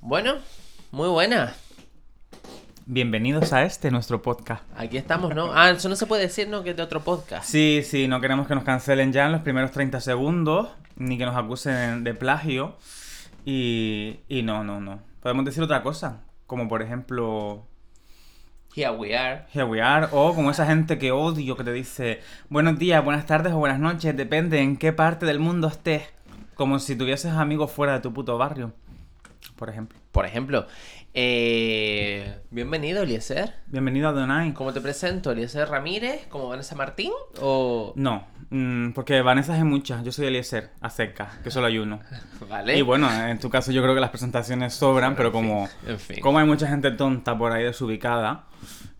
Bueno, muy buena. Bienvenidos a este, nuestro podcast. Aquí estamos, ¿no? Ah, eso no se puede decir, ¿no? Que es de otro podcast. Sí, sí, no queremos que nos cancelen ya en los primeros 30 segundos, ni que nos acusen de plagio. Y, y no, no, no. Podemos decir otra cosa, como por ejemplo, Here we are. here we are, o como esa gente que odio que te dice, buenos días, buenas tardes o buenas noches, depende en qué parte del mundo estés. Como si tuvieses amigos fuera de tu puto barrio, por ejemplo. Por ejemplo, eh, bienvenido, Eliezer. Bienvenido a Donai. ¿Cómo te presento? ¿Eliezer Ramírez? ¿Como Vanessa Martín? ¿O.? No, mm, porque Vanessa es muchas. Yo soy Eliezer, acerca, que solo hay uno. Vale. Y bueno, en tu caso yo creo que las presentaciones sobran, pero como, En fin. como hay mucha gente tonta por ahí desubicada,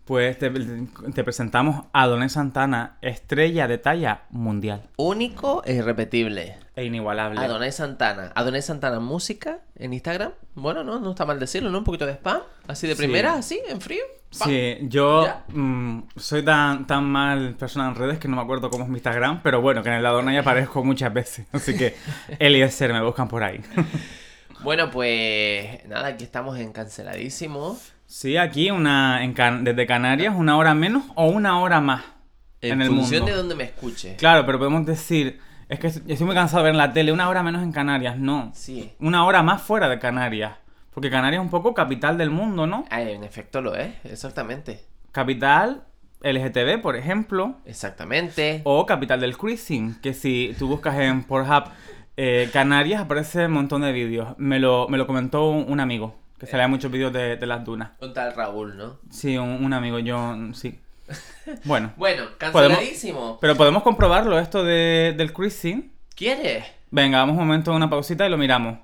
pues te, te presentamos a Doné Santana, estrella de talla mundial Único e irrepetible. e inigualable. Adonai Santana. Adonai Santana Música en Instagram. Bueno, no, no está mal decirlo, ¿no? Un poquito de spam. Así de Sí. primera, así, en frío. Pam. Sí, yo Ya. mm, soy tan, tan mal persona en redes que no me acuerdo cómo es mi Instagram, pero bueno, que en el Adonai aparezco muchas veces. Así que Eliezer me buscan por ahí. Bueno, pues nada, aquí estamos en canceladísimo. Sí, aquí una en Can- desde Canarias una hora menos o una hora más En, en, el función mundo. de donde me escuche. Claro, pero podemos decir, es que estoy estoy muy cansado de ver en la tele una hora menos en Canarias, no. Sí. Una hora más fuera de Canarias, porque Canarias es un poco capital del mundo, ¿no? Ah, en efecto lo es, exactamente. Capital LGTB, por ejemplo, Exactamente. o capital del cruising, que si tú buscas en Pornhub eh, Canarias aparece un montón de vídeos. Me lo, me lo comentó un, un amigo, que se le muchos vídeos de, de las dunas. Un tal Raúl, ¿no? Sí, un, un amigo, yo sí. Bueno. Bueno, Podemos- canceladísimo. Pero podemos comprobarlo esto de, del cruising. ¿Quieres? Venga, vamos un momento a una pausita y lo miramos.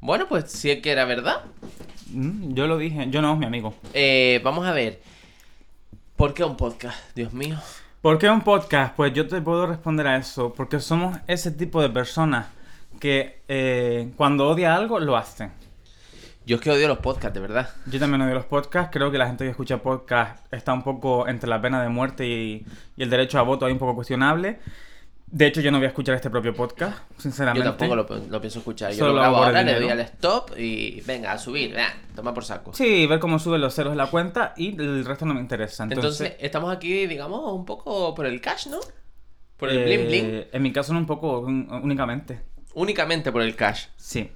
Bueno, pues si es que era verdad. Mm, Yo lo dije, yo no, mi amigo. Eh, vamos a ver. ¿Por qué un podcast? Dios mío. ¿Por qué un podcast? Pues yo te puedo responder a eso, porque somos ese tipo de personas que eh, cuando odia algo lo hacen. Yo es que odio los podcasts, de verdad. Yo también odio los podcasts, creo que la gente que escucha podcast está un poco entre la pena de muerte y, y el derecho a voto ahí un poco cuestionable. De hecho, yo no voy a escuchar este propio podcast, Yo sinceramente. tampoco lo, lo pienso escuchar. Yo Solo lo grabo por ahora, le dinero. doy al stop y venga, a subir. vea, toma por saco. Sí, ver cómo suben los ceros en la cuenta y el resto no me interesa. Entonces, estamos aquí, digamos, un poco por el cash, ¿no? Por el Eh, bling bling. En mi caso, no un poco, un- únicamente. Únicamente por el cash. Sí.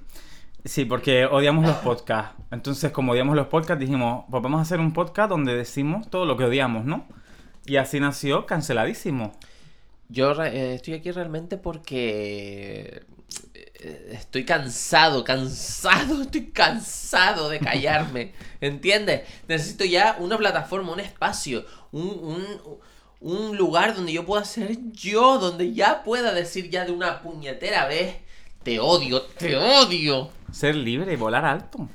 Sí, porque odiamos los podcasts. Entonces, como odiamos los podcasts, dijimos, pues vamos a hacer un podcast donde decimos todo lo que odiamos, ¿no? Y así nació Canceladísimo. Yo re- eh, estoy aquí realmente porque eh, estoy cansado, cansado, estoy cansado de callarme, ¿entiendes? Necesito ya una plataforma, un espacio, un, un- un lugar donde yo pueda ser yo, donde ya pueda decir ya de una puñetera vez, te odio, te odio. Ser libre y volar alto.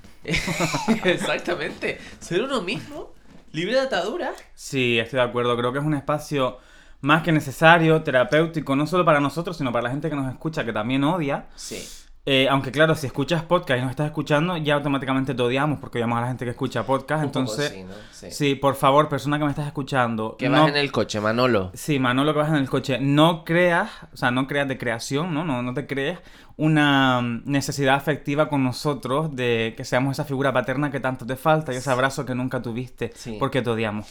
Exactamente, ser uno mismo, libre de ataduras. Sí, estoy de acuerdo. Creo que es un espacio más que necesario, terapéutico, no solo para nosotros, sino para la gente que nos escucha, que también odia. Sí. Eh, aunque claro, si escuchas podcast y nos estás escuchando, ya automáticamente te odiamos, porque odiamos a la gente que escucha podcast. un poco Entonces, sí, ¿no? Sí. Sí, por favor, persona que me estás escuchando. Que no- vas en el coche, Manolo. Sí, Manolo, que vas en el coche. No creas, o sea, no creas de creación, ¿no? No, no te creas una mm, necesidad afectiva con nosotros de que seamos esa figura paterna que tanto te falta y ese abrazo que nunca tuviste Sí. porque te odiamos.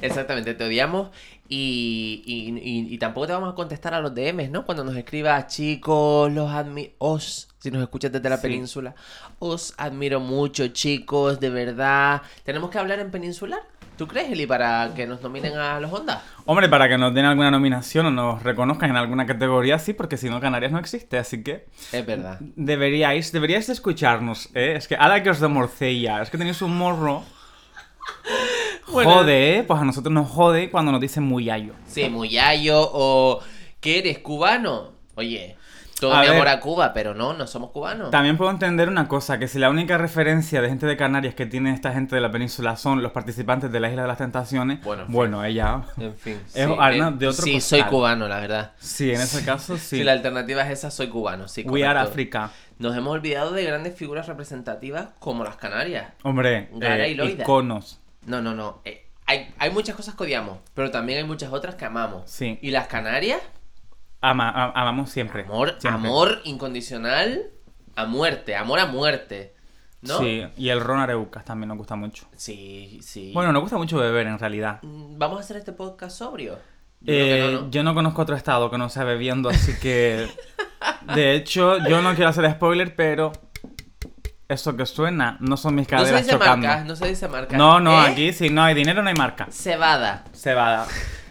Exactamente, te odiamos y, y- y- y tampoco te vamos a contestar a los DMs, ¿no? Cuando nos escribas, chicos, los admi os, si nos escuchas desde la Sí. península, os admiro mucho, chicos, de verdad. ¿Tenemos que hablar en peninsular? ¿Tú crees, Eli, para que nos nominen a los Honda? Hombre, para que nos den alguna nominación o nos reconozcan en alguna categoría, sí, porque si no, Canarias no existe, así que Es verdad. deberíais, deberíais de escucharnos, ¿eh? Es que ahora que os de morcella, es que tenéis un morro. Bueno. Jode, ¿eh? pues a nosotros nos jode cuando nos dicen muy Sí, Muyayo o que eres cubano. Oye, Todo A mi ver. amor a Cuba, pero no, no somos cubanos. También puedo entender una cosa, que si la única referencia de gente de Canarias que tiene esta gente de la península son los participantes de la Isla de las Tentaciones, Bueno, bueno, en fin. ella... En fin. Es arena eh, de otro sí, costal. soy cubano, la verdad. Sí, en ese caso sí. Si la alternativa es esa, soy cubano, sí. We are correcto. Africa. Nos hemos olvidado de grandes figuras representativas como las Canarias. Hombre, Gara y eh, Loida. iconos. No, no, no. eh, hay, hay muchas cosas que odiamos, pero también hay muchas otras que amamos. Sí. ¿Y las Canarias? Ama- a- amamos siempre. Amor, siempre. amor incondicional a muerte, amor a muerte. ¿No? Sí, y el Ron Areucas también nos gusta mucho. Sí, sí. Bueno, nos gusta mucho beber en realidad. Mm, ¿Vamos a hacer este podcast sobrio? Yo creo que Eh, no, ¿no? Yo no conozco otro estado que no sea bebiendo, así que... De hecho, yo no quiero hacer spoiler, pero... Eso que suena no son mis No se caderas dice chocando. marcas, no se dice marcas. No, no, ¿Eh? aquí si no hay dinero no hay marca. Cebada. Cebada.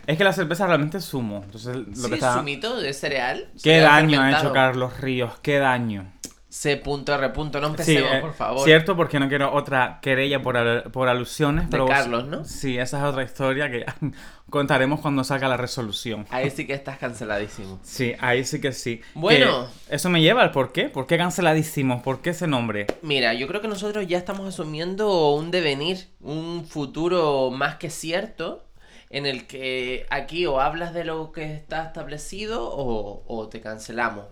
Es que la cerveza realmente es zumo. Entonces, lo sí, que está... sumito de cereal. Qué cereal daño ha fermentado. hecho Carlos Ríos, qué daño. C punto R punto, no empecemos, eh, por favor. Cierto, porque no quiero otra querella por, al- por alusiones. De pero Carlos, ¿no? Sí, esa es otra historia que ya contaremos cuando salga la resolución. Ahí sí que estás canceladísimo. Sí, ahí sí que sí. Bueno. Que eso me lleva al por qué. ¿Por qué canceladísimos? ¿Por qué ese nombre? Mira, yo creo que nosotros ya estamos asumiendo un devenir, un futuro más que cierto, en el que aquí o hablas de lo que está establecido o, o te cancelamos.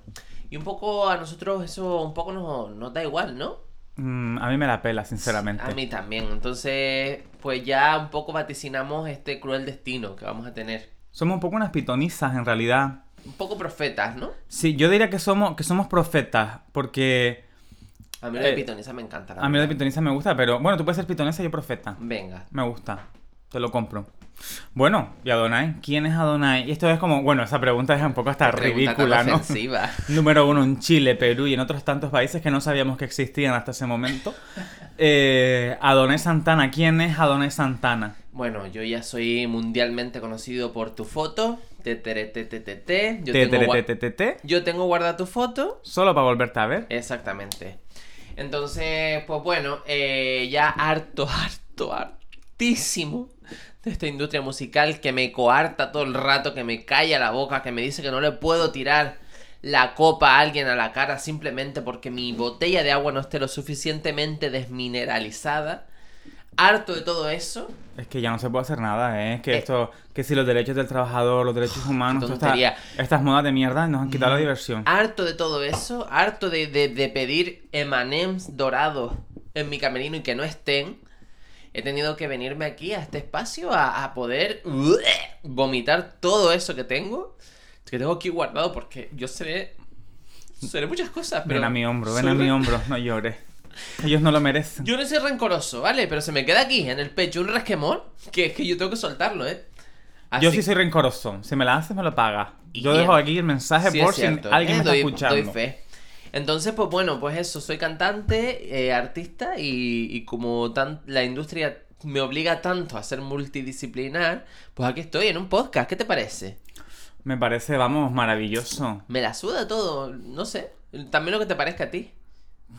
Y un poco a nosotros eso un poco nos, nos da igual, ¿no? Mm, a mí me la pela, sinceramente. A mí también. Entonces, pues ya un poco vaticinamos este cruel destino que vamos a tener. Somos un poco unas pitonizas, en realidad. Un poco profetas, ¿no? Sí, yo diría que somos, que somos profetas, porque A mí lo de Eh, pitonisa me encanta. la a mí la verdad. pitonisa me gusta, pero bueno, tú puedes ser pitonesa y yo profeta. Venga. Me gusta, te lo compro. Bueno, y Adonai, ¿quién es Adonai? Y esto es como, bueno, esa pregunta es un poco hasta pregunta tan ridícula, ¿no? ofensiva. Número uno en Chile, Perú y en otros tantos países que no sabíamos que existían hasta ese momento. Eh, Adonai Santana, ¿quién es Adonai Santana? Bueno, yo ya soy mundialmente conocido por tu foto. Te, tere, te, te, te, te. Yo, Te, tengo tere, gua- te, te, te, te. yo tengo guardada tu foto. Solo para volverte a ver. Exactamente. Entonces, pues bueno, eh, ya harto, harto, hartísimo de esta industria musical que me coarta todo el rato, que me calla la boca, que me dice que no le puedo tirar la copa a alguien a la cara simplemente porque mi botella de agua no esté lo suficientemente desmineralizada. Harto de todo eso. Es que ya no se puede hacer nada, ¿eh? Es que Eh. esto, que si los derechos del trabajador, los derechos humanos, toda esta- tontería. Mm. Ah, estas modas de mierda nos han quitado la diversión. Harto de todo eso, harto de, de- de pedir emanems dorados en mi camerino y que no estén. He tenido que venirme aquí a este espacio a, a poder vomitar todo eso que tengo. Que tengo aquí guardado porque yo seré. Seré muchas cosas, pero. ven a mi hombro, ven soy a re- mi hombro, no llores. Ellos no lo merecen. Yo no soy rencoroso, ¿vale? Pero se me queda aquí, en el pecho, un resquemor que es que yo tengo que soltarlo, ¿eh? Yo Así- sí soy rencoroso. Si me la haces, me lo pagas. Y Yo bien. dejo aquí el mensaje Sí, es por si cierto, alguien ¿eh? me está Doy- escuchando. doy fe. Entonces, pues bueno, pues eso, soy cantante, eh, artista y, y como tan, la industria me obliga tanto a ser multidisciplinar, pues aquí estoy en un podcast, ¿qué te parece? Me parece, vamos, maravilloso. Me la suda todo, no sé, también lo que te parezca a ti.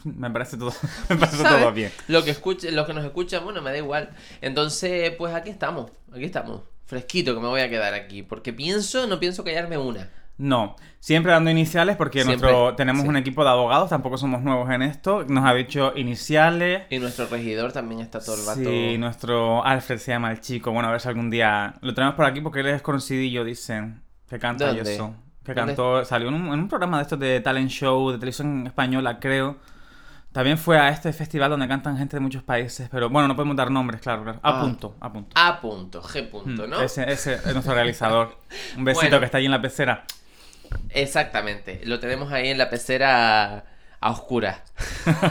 Me parece todo, me parece ¿sabes? todo bien. Lo que escuche, lo que nos escuchan, bueno, me da igual. Entonces, pues aquí estamos, aquí estamos, fresquito que me voy a quedar aquí, porque pienso, no pienso callarme una. No, siempre dando iniciales porque Siempre, nuestro tenemos sí. un equipo de abogados, tampoco somos nuevos en esto. Nos ha dicho iniciales, Y nuestro regidor también está todo el rato. Sí, nuestro Alfred se llama el chico. Bueno, a ver si algún día lo tenemos por aquí porque él es conocidillo, dicen. Que canta y ¿Dónde? eso. Que ¿Dónde? cantó, salió en un, en un programa de estos de talent show, de televisión española, creo. También fue a este festival donde cantan gente de muchos países, pero bueno, no podemos dar nombres, claro, claro. A Ah. punto, a punto. A punto, G punto, Mm, ¿no? Ese, ese es nuestro realizador. Un besito Bueno. que está allí en la pecera. Exactamente, lo tenemos ahí en la pecera a, a oscuras.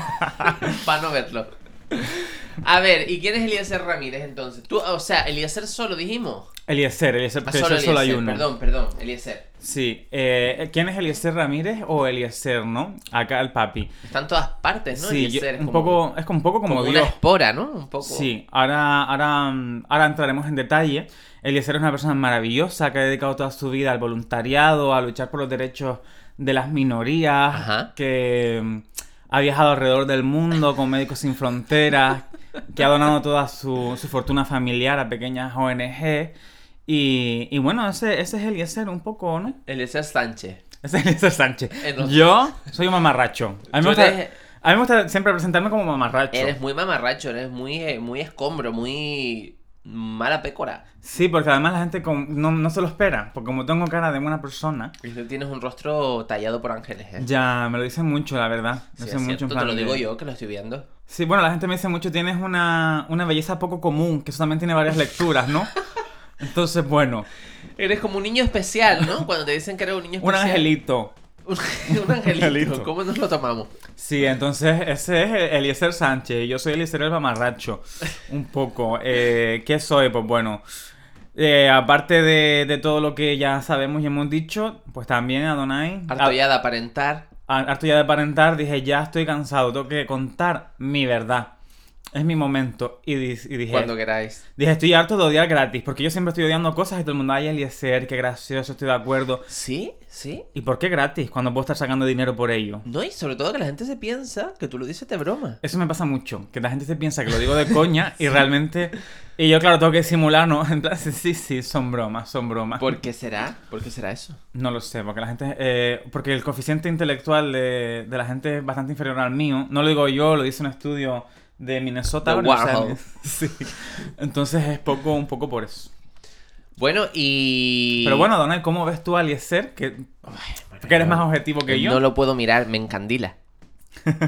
Para no verlo. A ver, ¿y quién es Eliezer Ramírez entonces? Tú, o sea, Eliezer solo dijimos. Eliezer, Eliezer, Ah, que solo yo solo hay Eliezer, uno. perdón, perdón, Eliezer. Sí. eh, ¿Quién es Eliezer Ramírez o Eliezer, no? Acá el papi. Está en todas partes, ¿no? Sí, yo- Eliezer es un como- poco, es como un poco como, como una Dios. espora, ¿no? Un poco. Sí, ahora, ahora, mm, ahora entraremos en detalle. Eliezer es una persona maravillosa que ha dedicado toda su vida al voluntariado, a luchar por los derechos de las minorías, Ajá. que mm, ha viajado alrededor del mundo con Médicos Sin Fronteras, que ha donado toda su, su fortuna familiar a pequeñas ONG. Y, y bueno, ese, ese es Eliezer un poco, ¿no? Eliezer Sánchez. Ese es Eliezer Sánchez. Entonces- Yo soy un mamarracho. A mí, me Tú gusta, eres- a mí me gusta siempre presentarme como mamarracho. Eres muy mamarracho, eres muy, eh, muy escombro, muy mala pécora. Sí, porque además la gente con- no, no se lo espera. Porque como tengo cara de buena persona, Y tú tienes un rostro tallado por ángeles. ¿eh? ya me lo dicen mucho, la verdad. Me Sí, es dicen mucho cierto, en te plan lo de- digo yo que lo estoy viendo. Sí, bueno, la gente me dice mucho, tienes una, una belleza poco común, que eso también tiene varias lecturas, ¿no? Entonces, bueno, Eres como un niño especial, ¿no? Cuando te dicen que eres un niño un especial. angelito. Un, un angelito. Angelito. ¿Cómo nos lo tomamos? Sí, entonces ese es Eliezer Sánchez. y Yo soy Eliezer el mamarracho. Un poco. Eh, ¿Qué soy? Pues bueno. eh, aparte de, de todo lo que ya sabemos y hemos dicho, pues también Adonai. Harto ya de aparentar. a- harto ya de aparentar, dije ya estoy cansado, tengo que contar mi verdad. Es mi momento. Y, di- y dije. Cuando queráis. Dije, estoy harto de odiar gratis, porque yo siempre estoy odiando cosas y todo el mundo, ay, Eliezer, qué gracioso, estoy de acuerdo. ¿Sí? ¿Sí? ¿Y por qué gratis cuando puedo estar sacando dinero por ello? No, y sobre todo que la gente se piensa que tú lo dices de broma. Eso me pasa mucho, que la gente se piensa que lo digo de coña y realmente... Y yo, claro, tengo que simular, ¿no? En plan, sí, sí, sí, son bromas, son bromas. ¿Por qué será? ¿Por qué será eso? No lo sé, porque la gente... eh, porque el coeficiente intelectual de, de la gente es bastante inferior al mío. No lo digo yo, lo dice un estudio de Minnesota. De bueno, o sea, Warhol. sí. Entonces es poco, un poco por eso. Bueno, y. Pero bueno, Donald, ¿cómo ves tú a Eliezer? Que, que eres más objetivo que yo. Eh, No lo puedo mirar, me encandila.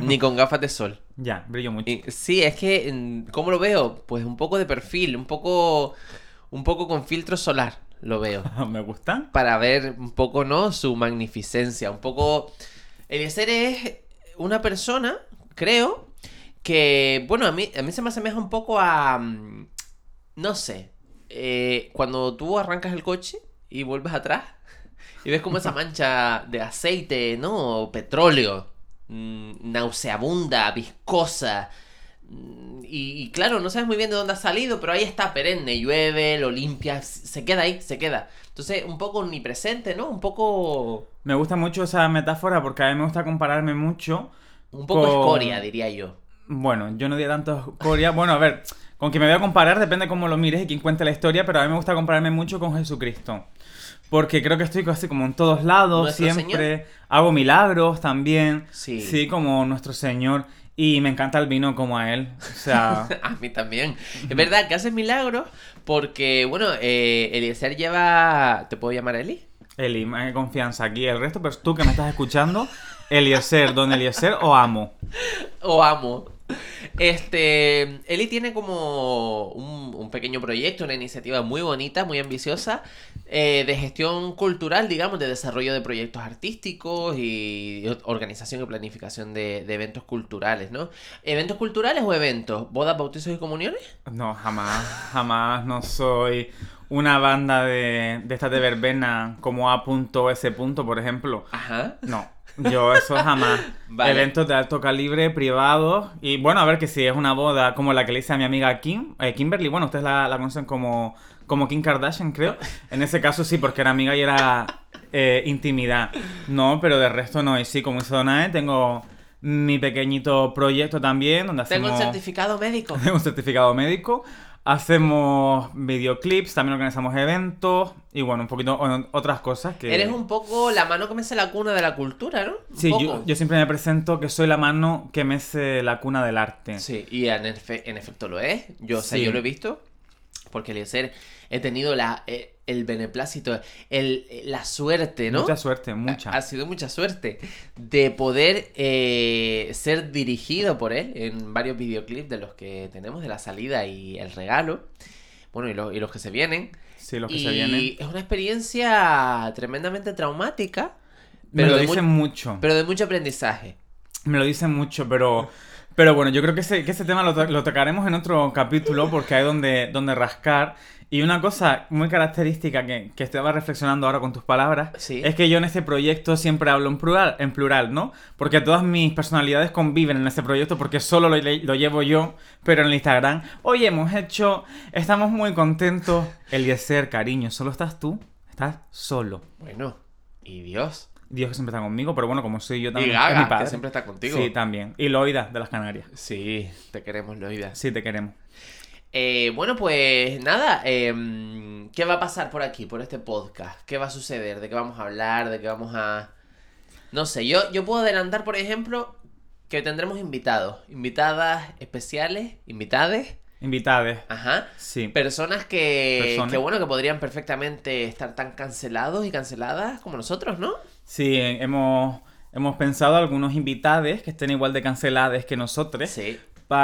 Ni con gafas de sol. Ya, brillo mucho. Y- Sí, es que, mm, ¿cómo lo veo? Pues un poco de perfil, un poco, un poco con filtro solar, lo veo. me gusta. Para ver un poco, ¿no? Su magnificencia, un poco... Eliezer es una persona, creo, que, bueno, a mí, a mí se me asemeja un poco a... mm, No sé, eh, cuando tú arrancas el coche y vuelves atrás y ves como esa mancha de aceite, ¿no? O petróleo, mm, nauseabunda, viscosa. Mm, Y, y claro, no sabes muy bien de dónde ha salido, pero ahí está perenne, llueve, lo limpias, se queda ahí, se queda. Entonces, un poco omnipresente, ¿no? Un poco... Me gusta mucho esa metáfora porque a mí me gusta compararme mucho. Un poco Con- escoria, diría yo. Bueno, yo no diría tanto Corea. Bueno, a ver, con quien me voy a comparar depende cómo lo mires y quién cuente la historia, pero a mí me gusta compararme mucho con Jesucristo. Porque creo que estoy casi como en todos lados, ¿Nuestro siempre hago milagros también. Sí. Sí, como nuestro Señor. Y me encanta el vino como a él. O sea, A mí también. Es verdad que haces milagros porque, bueno, eh, Eliezer lleva... ¿Te puedo llamar Eli? Eli, más que confianza aquí. El resto, pero tú que me estás escuchando, Eliezer, don Eliezer o amo. O amo. Este, Eli tiene como un, un pequeño proyecto, una iniciativa muy bonita, muy ambiciosa, eh, de gestión cultural, digamos, de desarrollo de proyectos artísticos y o- organización y planificación de, de eventos culturales, ¿no? ¿Eventos culturales o eventos? ¿Bodas, bautizos y comuniones? No, jamás, jamás no soy una banda de, de estas de verbena como A.S. por ejemplo. Ajá. No, yo eso jamás. Vale. Eventos de alto calibre, privados. Y bueno, a ver que si es una boda como la que le hice a mi amiga Kim, eh, Kimberly, bueno, ustedes la, la conocen como, como Kim Kardashian, creo. En ese caso sí, porque era amiga y era eh, intimidad. No, pero de resto no. Y sí, como hizo Donae, tengo mi pequeñito proyecto también, donde Tengo un hacemos- certificado médico. un certificado médico. Hacemos videoclips, también organizamos eventos y bueno, un poquito o- otras cosas que... Eres un poco la mano que mece la cuna de la cultura, ¿no? Un Sí, poco. yo, yo siempre me presento que soy la mano que mece la cuna del arte. Sí, y en, efe- en efecto lo es. Yo sé, Sí. yo lo he visto. Porque Eliezer he tenido la, eh, el beneplácito, el, eh, la suerte, ¿no? Mucha suerte, mucha. Ha, ha sido mucha suerte de poder eh, ser dirigido por él en varios videoclips de los que tenemos, de la salida y el regalo. Bueno, y, lo- y los que se vienen. sí, los que y se vienen. es una experiencia tremendamente traumática, Me lo de mu- dicen mucho. pero de mucho aprendizaje. Me lo dicen mucho, pero... Pero bueno, yo creo que ese, que ese tema lo, to- lo tocaremos en otro capítulo porque hay donde, donde rascar. Y una cosa muy característica que, que estaba reflexionando ahora con tus palabras Sí. Es que yo en este proyecto siempre hablo en plural, en plural, ¿no? Porque todas mis personalidades conviven en este proyecto porque solo lo, lo llevo yo, pero en el Instagram, oye, hemos hecho, estamos muy contentos. Eliezer, cariño, solo estás tú, estás solo. Bueno, y Dios. Dios que siempre está conmigo, pero bueno, como soy yo Y también, es mi Gaga, padre. que siempre está contigo. Sí, también. Y Loida, de las Canarias. Sí, te queremos, Loida. Sí, te queremos. Eh, bueno, pues nada, em, ¿qué va a pasar por aquí, por este podcast? ¿Qué va a suceder? ¿De qué vamos a hablar? ¿De qué vamos a...? No sé, yo, yo puedo adelantar, por ejemplo, que tendremos invitados, invitadas especiales, invitades, Invitades. ajá. Sí. Personas que, Personas. que, bueno, que podrían perfectamente estar tan cancelados y canceladas como nosotros, ¿no? Sí, hemos, hemos pensado algunos invitades que estén igual de cancelados que nosotros. Sí.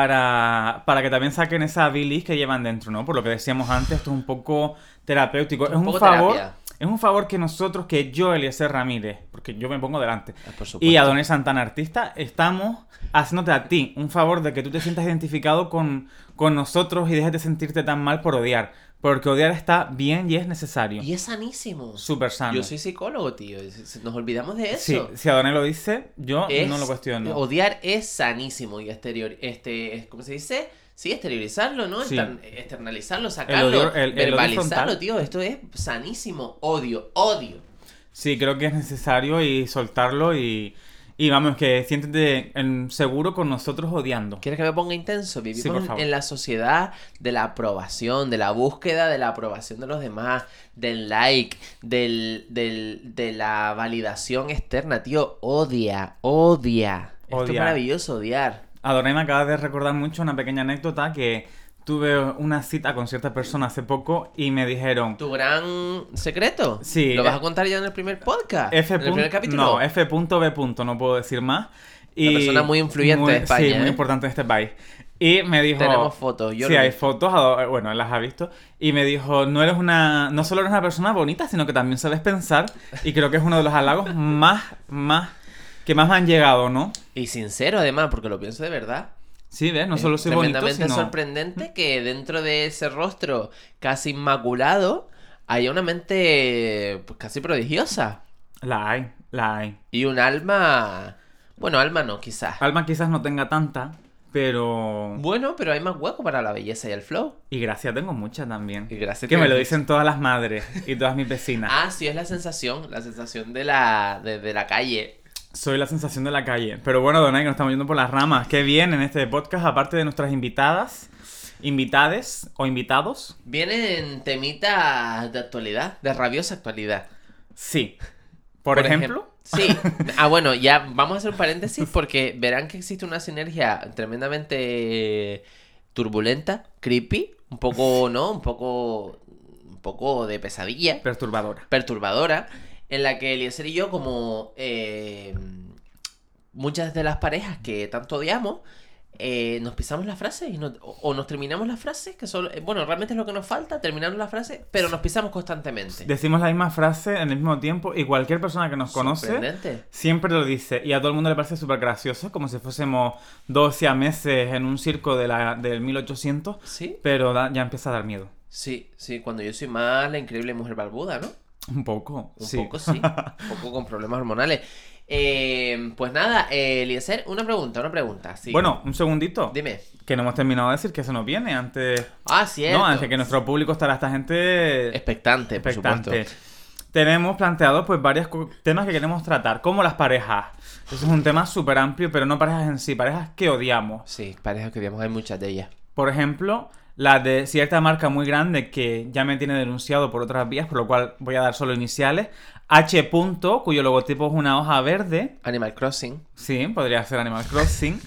para, para que también saquen esa bilis que llevan dentro, ¿no? Por lo que decíamos antes, esto es un poco terapéutico. Esto Es es un un, poco favor. terapia. Es un favor que nosotros, que yo, Eliezer Ramírez, porque yo me pongo delante, Ah, Por supuesto. y Adonis Santana Artista, estamos haciéndote a ti un favor de que tú te sientas identificado con, con nosotros y dejes de sentirte tan mal por odiar. Porque odiar está bien y es necesario. Y es sanísimo. Súper sano. Yo soy psicólogo, tío. es- es- Nos olvidamos de eso. Sí, si Adonis lo dice, yo Es- no lo cuestiono. Odiar es sanísimo y exterior, este, es- ¿cómo se dice? Sí, exteriorizarlo, ¿no? Sí. Extern- externalizarlo, sacarlo, odio- el- el odio verbalizarlo, frontal. tío. Esto es sanísimo. Odio, odio. Sí, creo que es necesario y soltarlo y, y vamos, que siéntete en- seguro con nosotros odiando. ¿Quieres que me ponga intenso? Sí, por Vivimos en- favor. en la sociedad de la aprobación, de la búsqueda de la aprobación de los demás, del like, del, del- de la validación externa, tío. Odia, odia. Esto es Odia. maravilloso, odiar. Adonai me acaba de recordar mucho una pequeña anécdota que tuve una cita con cierta persona hace poco y me dijeron... ¿Tu gran secreto? Sí, ¿Lo vas eh, a contar ya en el primer podcast? F. ¿En el primer pun- capítulo? No, F.B. punto, no puedo decir más. Y Una persona muy influyente muy- de España, Sí, muy ¿eh? importante en este país. Y me dijo... Tenemos fotos. Yo sí, lo hay vi. fotos, Ado- bueno, las ha visto. Y me dijo, no eres una, no solo eres una persona bonita, sino que también sabes pensar. Y creo que es uno de los halagos más, más, que más me han llegado, ¿no? Y sincero, además, porque lo pienso de verdad. Sí, ¿ves? No Es solo soy bonito, Tremendamente sino... sorprendente que dentro de ese rostro casi inmaculado haya una mente pues, casi prodigiosa. La hay, la hay. Y un alma... Bueno, alma no, quizás. Alma quizás no tenga tanta, pero... Bueno, pero hay más hueco para la belleza y el flow. Y gracia tengo mucha también. Y gracias Que me lo tienes. dicen todas las madres y todas mis vecinas. Ah, sí, es la sensación. La sensación de la, de- de la calle. Soy la sensación de la calle. Pero bueno, Donai, que nos estamos yendo por las ramas. Qué bien en este podcast, aparte de nuestras invitadas, invitades o invitados. Vienen temitas de actualidad, de rabiosa actualidad. Sí. Por, ejemplo, ejem- Sí. Ah, bueno, ya vamos a hacer un paréntesis porque verán que existe una sinergia tremendamente turbulenta, creepy, un poco, ¿no? Un poco, un poco de pesadilla, perturbadora. perturbadora, en la que Eliezer y yo, como eh, muchas de las parejas que tanto odiamos, eh, nos pisamos las frases y nos- o, o nos terminamos las frases, que solo, eh, bueno, realmente es lo que nos falta, terminarnos las frases, pero nos pisamos constantemente. Decimos la misma frase en el mismo tiempo y cualquier persona que nos conoce Sorprendente. siempre lo dice. Y a todo el mundo le parece súper gracioso, como si fuésemos 12 meses en un circo de la, del 1800. Sí, Pero da- ya empieza a dar miedo. sí, sí, cuando yo soy más la increíble mujer barbuda, ¿no? Un poco. Un sí. poco sí, un poco con problemas hormonales. Eh, pues nada, eh, Eliezer, una pregunta, una pregunta. Sí. Bueno, un segundito. dime. Que no hemos terminado de decir que eso nos viene antes. Ah, cierto. No, antes que nuestro público estará esta gente Expectante, por expectante. supuesto. Tenemos planteados pues varios co- temas que queremos tratar, como las parejas. Eso es un tema súper amplio, pero no parejas en sí, parejas que odiamos. Sí, parejas que digamos, hay muchas de ellas. Por ejemplo, la de cierta marca muy grande que ya me tiene denunciado por otras vías, por lo cual voy a dar solo iniciales. H. Punto, cuyo logotipo es una hoja verde. Animal Crossing. Sí, podría ser Animal Crossing.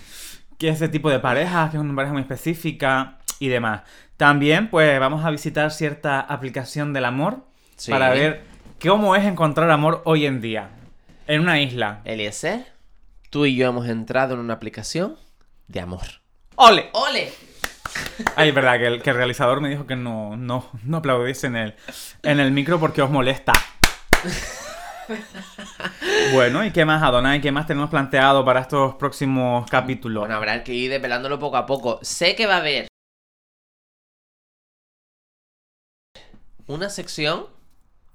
que es ese tipo de parejas, que es una pareja muy específica y demás. También, pues, vamos a visitar cierta aplicación del amor Sí. para ver cómo es encontrar amor hoy en día. En una isla. Eliezer, tú y yo hemos entrado en una aplicación de amor. ¡Ole! ¡Ole! Ay, es verdad que el, que el realizador me dijo que no, no, no aplaudís en el, en el micro porque os molesta. Bueno, ¿y qué más, Adonai? ¿Qué más tenemos planteado para estos próximos capítulos? Bueno, habrá que ir desvelándolo poco a poco. Sé que va a haber una sección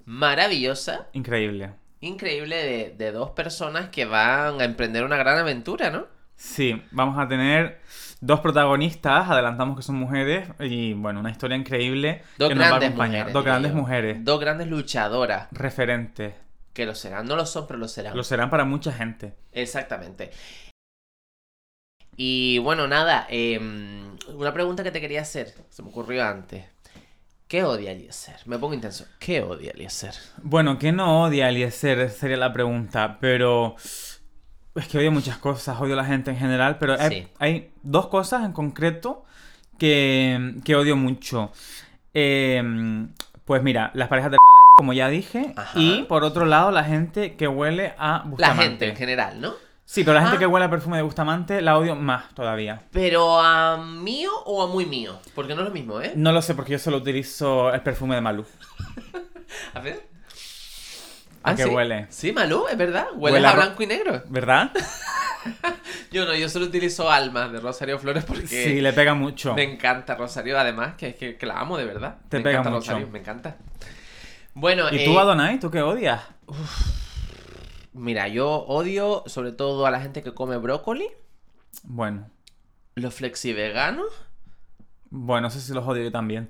maravillosa, Increíble. increíble, de, de dos personas que van a emprender una gran aventura, ¿no? Sí, vamos a tener dos protagonistas, adelantamos que son mujeres, y bueno, una historia increíble Dos que nos va a grandes acompañar. mujeres. dos diría grandes yo. mujeres, Dos grandes luchadoras, referentes. que lo serán. No lo son, pero lo serán. Lo serán para mucha gente. Exactamente. Y bueno, nada, em, una pregunta que te quería hacer, se me ocurrió antes. ¿Qué odia Eliezer? Me pongo intenso. ¿Qué odia Eliezer? Bueno, ¿qué no odia Eliezer? Sería la pregunta, pero... Es que odio muchas cosas, odio a la gente en general, pero hay, Sí. hay dos cosas en concreto que, que odio mucho. Eh, pues mira, las parejas de como ya dije, Ajá. y por otro lado la gente que huele a La Bustamante. gente en general, ¿no? Sí, pero la gente Ah. que huele a perfume de Bustamante la odio más todavía. Pero a mío o a muy mío. Porque no es lo mismo, ¿eh? No lo sé porque yo solo utilizo el perfume de Malú. A ver. Ah, ¿A qué huele? Sí, Malú, es verdad. Huele, Huele a, a ro- blanco y negro. ¿Verdad? Yo no, yo solo utilizo Alma de Rosario Flores porque Sí, le pega mucho. me encanta Rosario. Además, que, que, que la amo de verdad. Te me pega encanta mucho. Rosario, me encanta. Bueno, ¿Y eh, tú, Adonai? ¿Tú qué odias? mira, yo odio sobre todo a la gente que come brócoli, Bueno, los flexiveganos bueno, no sé si los odio yo también.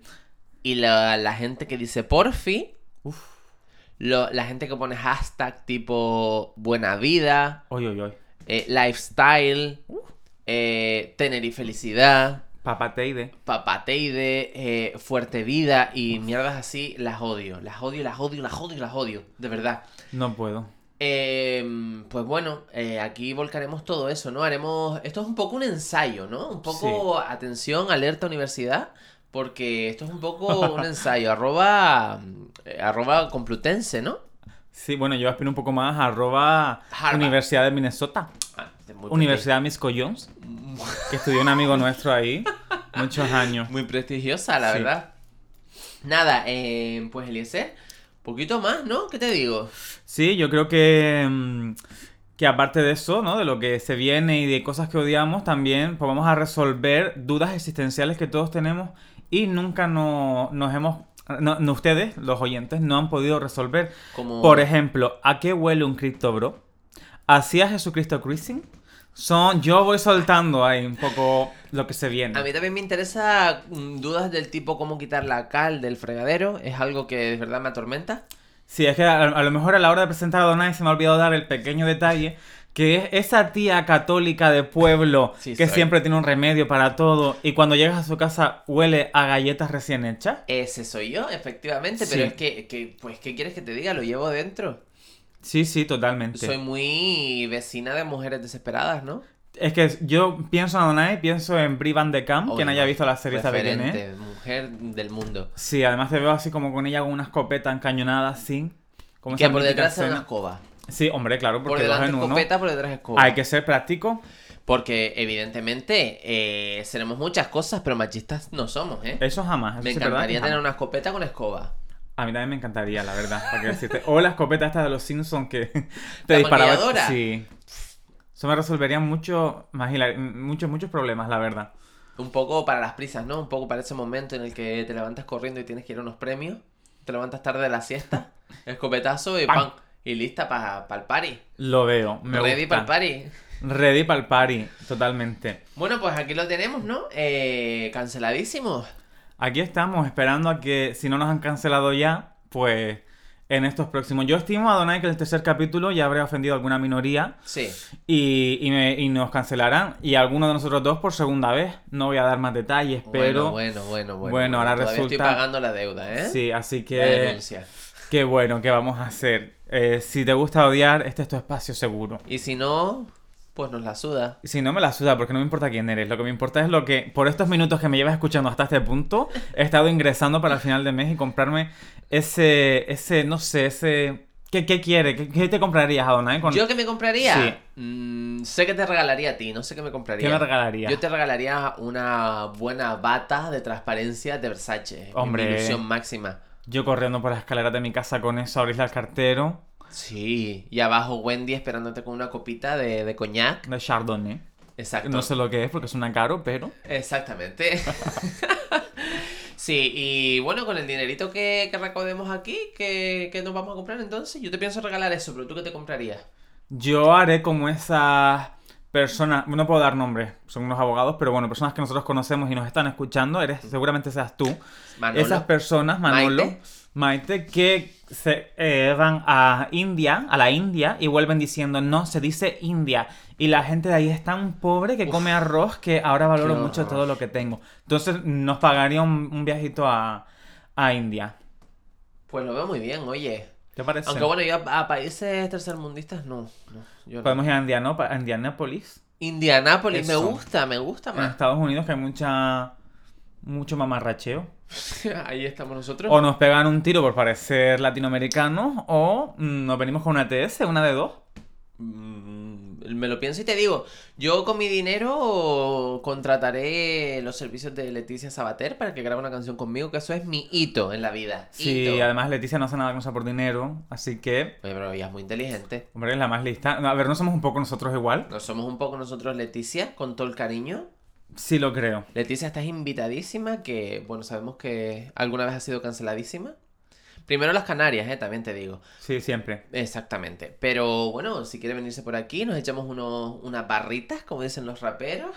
y la, la gente que dice porfi. Uf. Lo- la gente que pone hashtag tipo buena vida, Oy, oy, oy. eh, lifestyle, eh, tener y felicidad, Papateide. papateide, eh, fuerte vida y mierdas así, las odio, las odio, las odio, las odio, las odio, de verdad. No puedo. Eh, pues bueno, eh, aquí volcaremos todo eso, ¿no? Haremos. Esto es un poco un ensayo, ¿no? Un poco atención, alerta universidad, porque esto es un poco un ensayo. Arroba, eh, arroba Complutense, ¿no? Sí, bueno, yo aspiro un poco más a arroba Harvard. Universidad de Minnesota. Ah, es muy Universidad Misco Jones, que estudió un amigo nuestro ahí muchos años. Muy prestigiosa, la Sí. verdad. Nada, eh, pues Eliezer, poquito más, ¿no? ¿Qué te digo? Sí, yo creo que, mm, que aparte de eso, ¿no? De lo que se viene y de cosas que odiamos, también pues vamos a resolver dudas existenciales que todos tenemos y nunca no- nos hemos... No, no, ustedes, los oyentes, no han podido resolver. Como... Por ejemplo, ¿a qué huele un cripto bro? ¿Hacía Jesucristo Cruising? Son, yo voy soltando ahí un poco lo que se viene. A mí también me interesa mm, dudas del tipo cómo quitar la cal del fregadero. Es algo que de verdad me atormenta. Sí, es que a, a lo mejor a la hora de presentar a Donai se me ha olvidado dar el pequeño detalle que es esa tía católica de pueblo Sí, que soy. siempre tiene un remedio para todo y cuando llegas a su casa huele a galletas recién hechas. Ese soy yo, efectivamente, pero Sí. es que, que, pues, ¿qué quieres que te diga? Lo llevo dentro. Sí, sí, totalmente. Soy muy vecina de mujeres desesperadas, ¿no? Es que yo pienso en Donai, pienso en Brie Van de Camp, quien Obvio. haya visto la serie sabe quién es. Referente, mujer del mundo. Sí, además te veo así como con ella con una escopeta encañonada así. Como Que esa por mítica detrás es una escena. escoba. Sí, hombre, claro, Por porque dos delante en uno. escopeta, por detrás escoba. Hay que ser práctico. Porque evidentemente eh, seremos muchas cosas, pero machistas no somos, ¿eh? Eso jamás. eso Me sí es verdad que encantaría jamás. tener una escopeta con escoba. A mí también me encantaría, la verdad, para qué decirte. O la escopeta esta de los Simpsons que te La disparaba. ametralladora. Sí. Eso me resolvería mucho más hilar- muchos, muchos problemas, la verdad. Un poco para las prisas, ¿no? Un poco para ese momento en el que te levantas corriendo y tienes que ir a unos premios. Te levantas tarde de la siesta, escopetazo y Pam. pan. Y lista para el party. Lo veo. Me Ready para gusta. el party. Ready para el party, totalmente. Bueno, pues aquí lo tenemos, ¿no? Eh, canceladísimo. Aquí estamos, esperando a que, si no nos han cancelado ya, pues en estos próximos. Yo estimo a Donai que en el tercer capítulo ya habré ofendido a alguna minoría Sí. y, y me- y nos cancelarán. Y alguno de nosotros dos por segunda vez. No voy a dar más detalles, bueno, pero. bueno, bueno, bueno. bueno, ahora Todavía estoy resulta- pagando la deuda, ¿eh? Sí, así La que. denuncia. Qué bueno, ¿qué vamos a hacer? Eh, si te gusta odiar, este es tu espacio seguro. Y si no, pues nos la suda. Y Si no me la suda, porque no me importa quién eres. Lo que me importa es lo que, por estos minutos que me llevas escuchando hasta este punto, he estado ingresando para el final de mes y comprarme ese, ese, no sé, ese... ¿Qué, qué quiere? ¿Qué, qué te comprarías, Adonai? Con... ¿Yo qué me compraría? Sí. Mm, sé que te regalaría a ti, no sé qué me compraría. ¿Qué me regalarías? Yo te regalaría una buena bata de transparencia de Versace. Hombre. Mi ilusión máxima. Yo corriendo por las escaleras de mi casa con eso, abrirle al cartero Sí. Y abajo Wendy esperándote con una copita de, de coñac. de Chardonnay. Exacto. No sé lo que es porque suena caro, pero... Exactamente. sí, y bueno, con el dinerito que, que recaudemos aquí, que, que nos vamos a comprar entonces, yo te pienso regalar eso, pero ¿tú qué te comprarías? Yo haré como esas personas, no puedo dar nombres, son unos abogados, pero bueno, personas que nosotros conocemos y nos están escuchando, eres, seguramente seas tú, Manolo. esas personas, Manolo, Maite, Maite. que se eh, van a India, a la India, y vuelven diciendo, no, se dice India. Y la gente de ahí es tan pobre que come arroz que ahora valoro qué mucho horror. todo lo que tengo. Entonces nos pagaría un, un viajito a, a India. Pues lo veo muy bien, oye. ¿Te parece? Aunque bueno, yo a, a países tercermundistas no. no, yo no. Podemos ir a, Indiano- a Indianápolis. Indianápolis, me Eso. gusta, me gusta En más. Estados Unidos que hay mucha mucho mamarracheo. Ahí estamos nosotros. O nos pegan un tiro por parecer latinoamericanos o mm, nos venimos con una TS, una de dos. Mm, Me lo pienso y te digo, yo con mi dinero contrataré los servicios de Leticia Sabater para que grabe una canción conmigo, que eso es mi hito en la vida. Sí, hito. además Leticia no hace nada con esa por dinero, así que, Oye, pero ella es muy inteligente. hombre, es la más lista. A ver, ¿no somos un poco nosotros igual? Nos somos un poco nosotros Leticia, con todo el cariño. Sí lo creo. Leticia, estás invitadísima, que bueno, sabemos que alguna vez ha sido canceladísima. Primero las Canarias, eh, también te digo. Sí, siempre. Exactamente. Pero bueno, si quiere venirse por aquí, nos echamos unos, unas barritas, como dicen los raperos.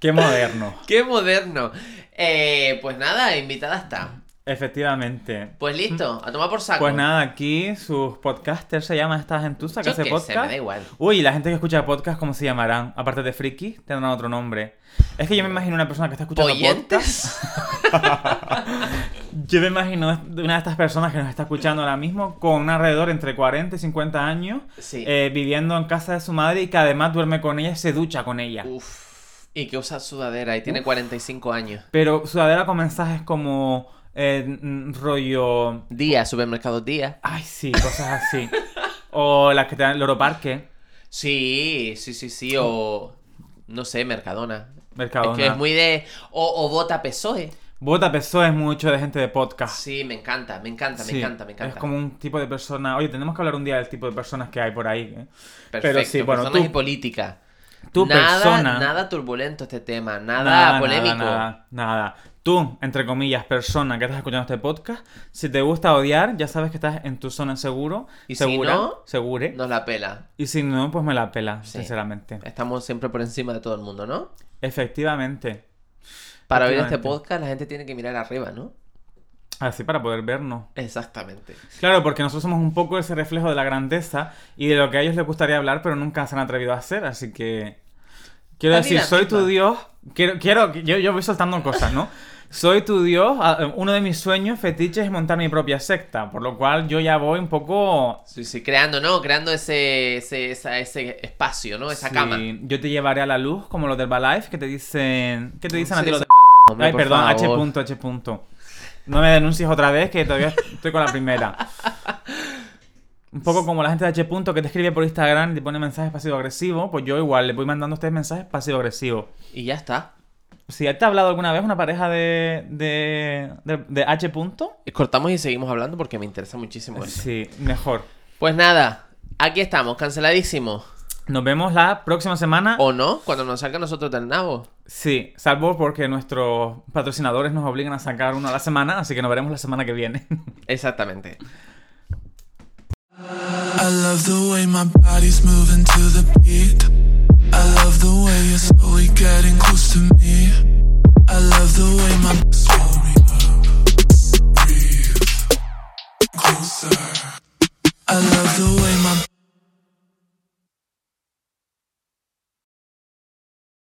Qué moderno. ¡Qué moderno! Eh, pues nada, invitada está. Efectivamente. Pues listo, a tomar por saco. Pues nada, aquí sus podcasters se llaman estas gentuza que Yo hace qué sé, me da podcast. igual. Uy, la gente que escucha podcast, ¿cómo se llamarán? Aparte de friki, tendrán otro nombre. Es que yo me imagino una persona que está escuchando podcast. ¿Poyentes? Yo me imagino una de estas personas que nos está escuchando ahora mismo con un alrededor entre 40 y 50 años, Sí. eh, viviendo en casa de su madre y que además duerme con ella y se ducha con ella. Uh. Uf. Y que usa sudadera y tiene 45 años. Pero sudadera con mensajes como eh, mm, rollo... Día, supermercado día. Ay, sí, cosas así. o las que te dan Loro Parque, Sí, sí, sí, sí. O. No sé, Mercadona. Mercadona. Es que es muy de. O, o vota PSOE. Bota Pessoa E es mucho de gente de podcast. Sí, me encanta, me encanta, Sí, me encanta, me encanta. Es como un tipo de persona. Oye, tenemos que hablar un día del tipo de personas que hay por ahí. ¿eh? Perfecto, Pero sí, bueno, personas tú- y política. Tu nada, persona. Nada turbulento este tema, nada, nada, polémico. Nada, nada. Tú, entre comillas, persona que estás escuchando este podcast, si te gusta odiar, ya sabes que estás en tu zona seguro. Y si segura, no, segure. Nos la pela. Y si no, pues me la pela, Sí. sinceramente. Estamos siempre por encima de todo el mundo, ¿no? Efectivamente. Para oír este Efectivamente. podcast la gente tiene que mirar arriba, ¿no? Así para poder vernos. Exactamente. Claro, porque nosotros somos un poco ese reflejo de la grandeza y de lo que a ellos les gustaría hablar, pero nunca se han atrevido a hacer, así que... Quiero La decir, vida soy tu misma. Dios, quiero, quiero, yo, yo voy soltando cosas, ¿no? Soy tu Dios, a- uno de mis sueños fetiches es montar mi propia secta, por lo cual yo ya voy un poco... Sí, sí, creando, ¿no? Creando ese, ese, esa- ese espacio, ¿no? Esa Sí, cama. Yo te llevaré a la luz, como los del Herbalife, que te dicen... ¿Qué te dicen a Sí, ti los sí, de Herbalife? hombre, Ay, por perdón, H favor. punto, H punto. No me denuncies otra vez, que todavía estoy con la primera. Un poco como la gente de H. Punto que te escribe por Instagram y te pone mensajes pasivo-agresivo, pues yo igual le voy mandando a ustedes mensajes pasivo-agresivo. Y ya está. Si ya te ha hablado alguna vez una pareja de, de, de- de H. Punto, Y Eh, Cortamos y seguimos hablando porque me interesa muchísimo eso. sí, mejor. Pues nada, aquí estamos, canceladísimos. Nos vemos la próxima semana. ¿O no? Cuando nos salga nosotros del nabo. Sí, salvo porque nuestros patrocinadores nos obligan a sacar uno a la semana, así que nos veremos la semana que viene. Exactamente. I love the way my body's moving to the beat. I love the way you're slowly getting close to me. I love the way my slowly up. Breathe closer. I love the way my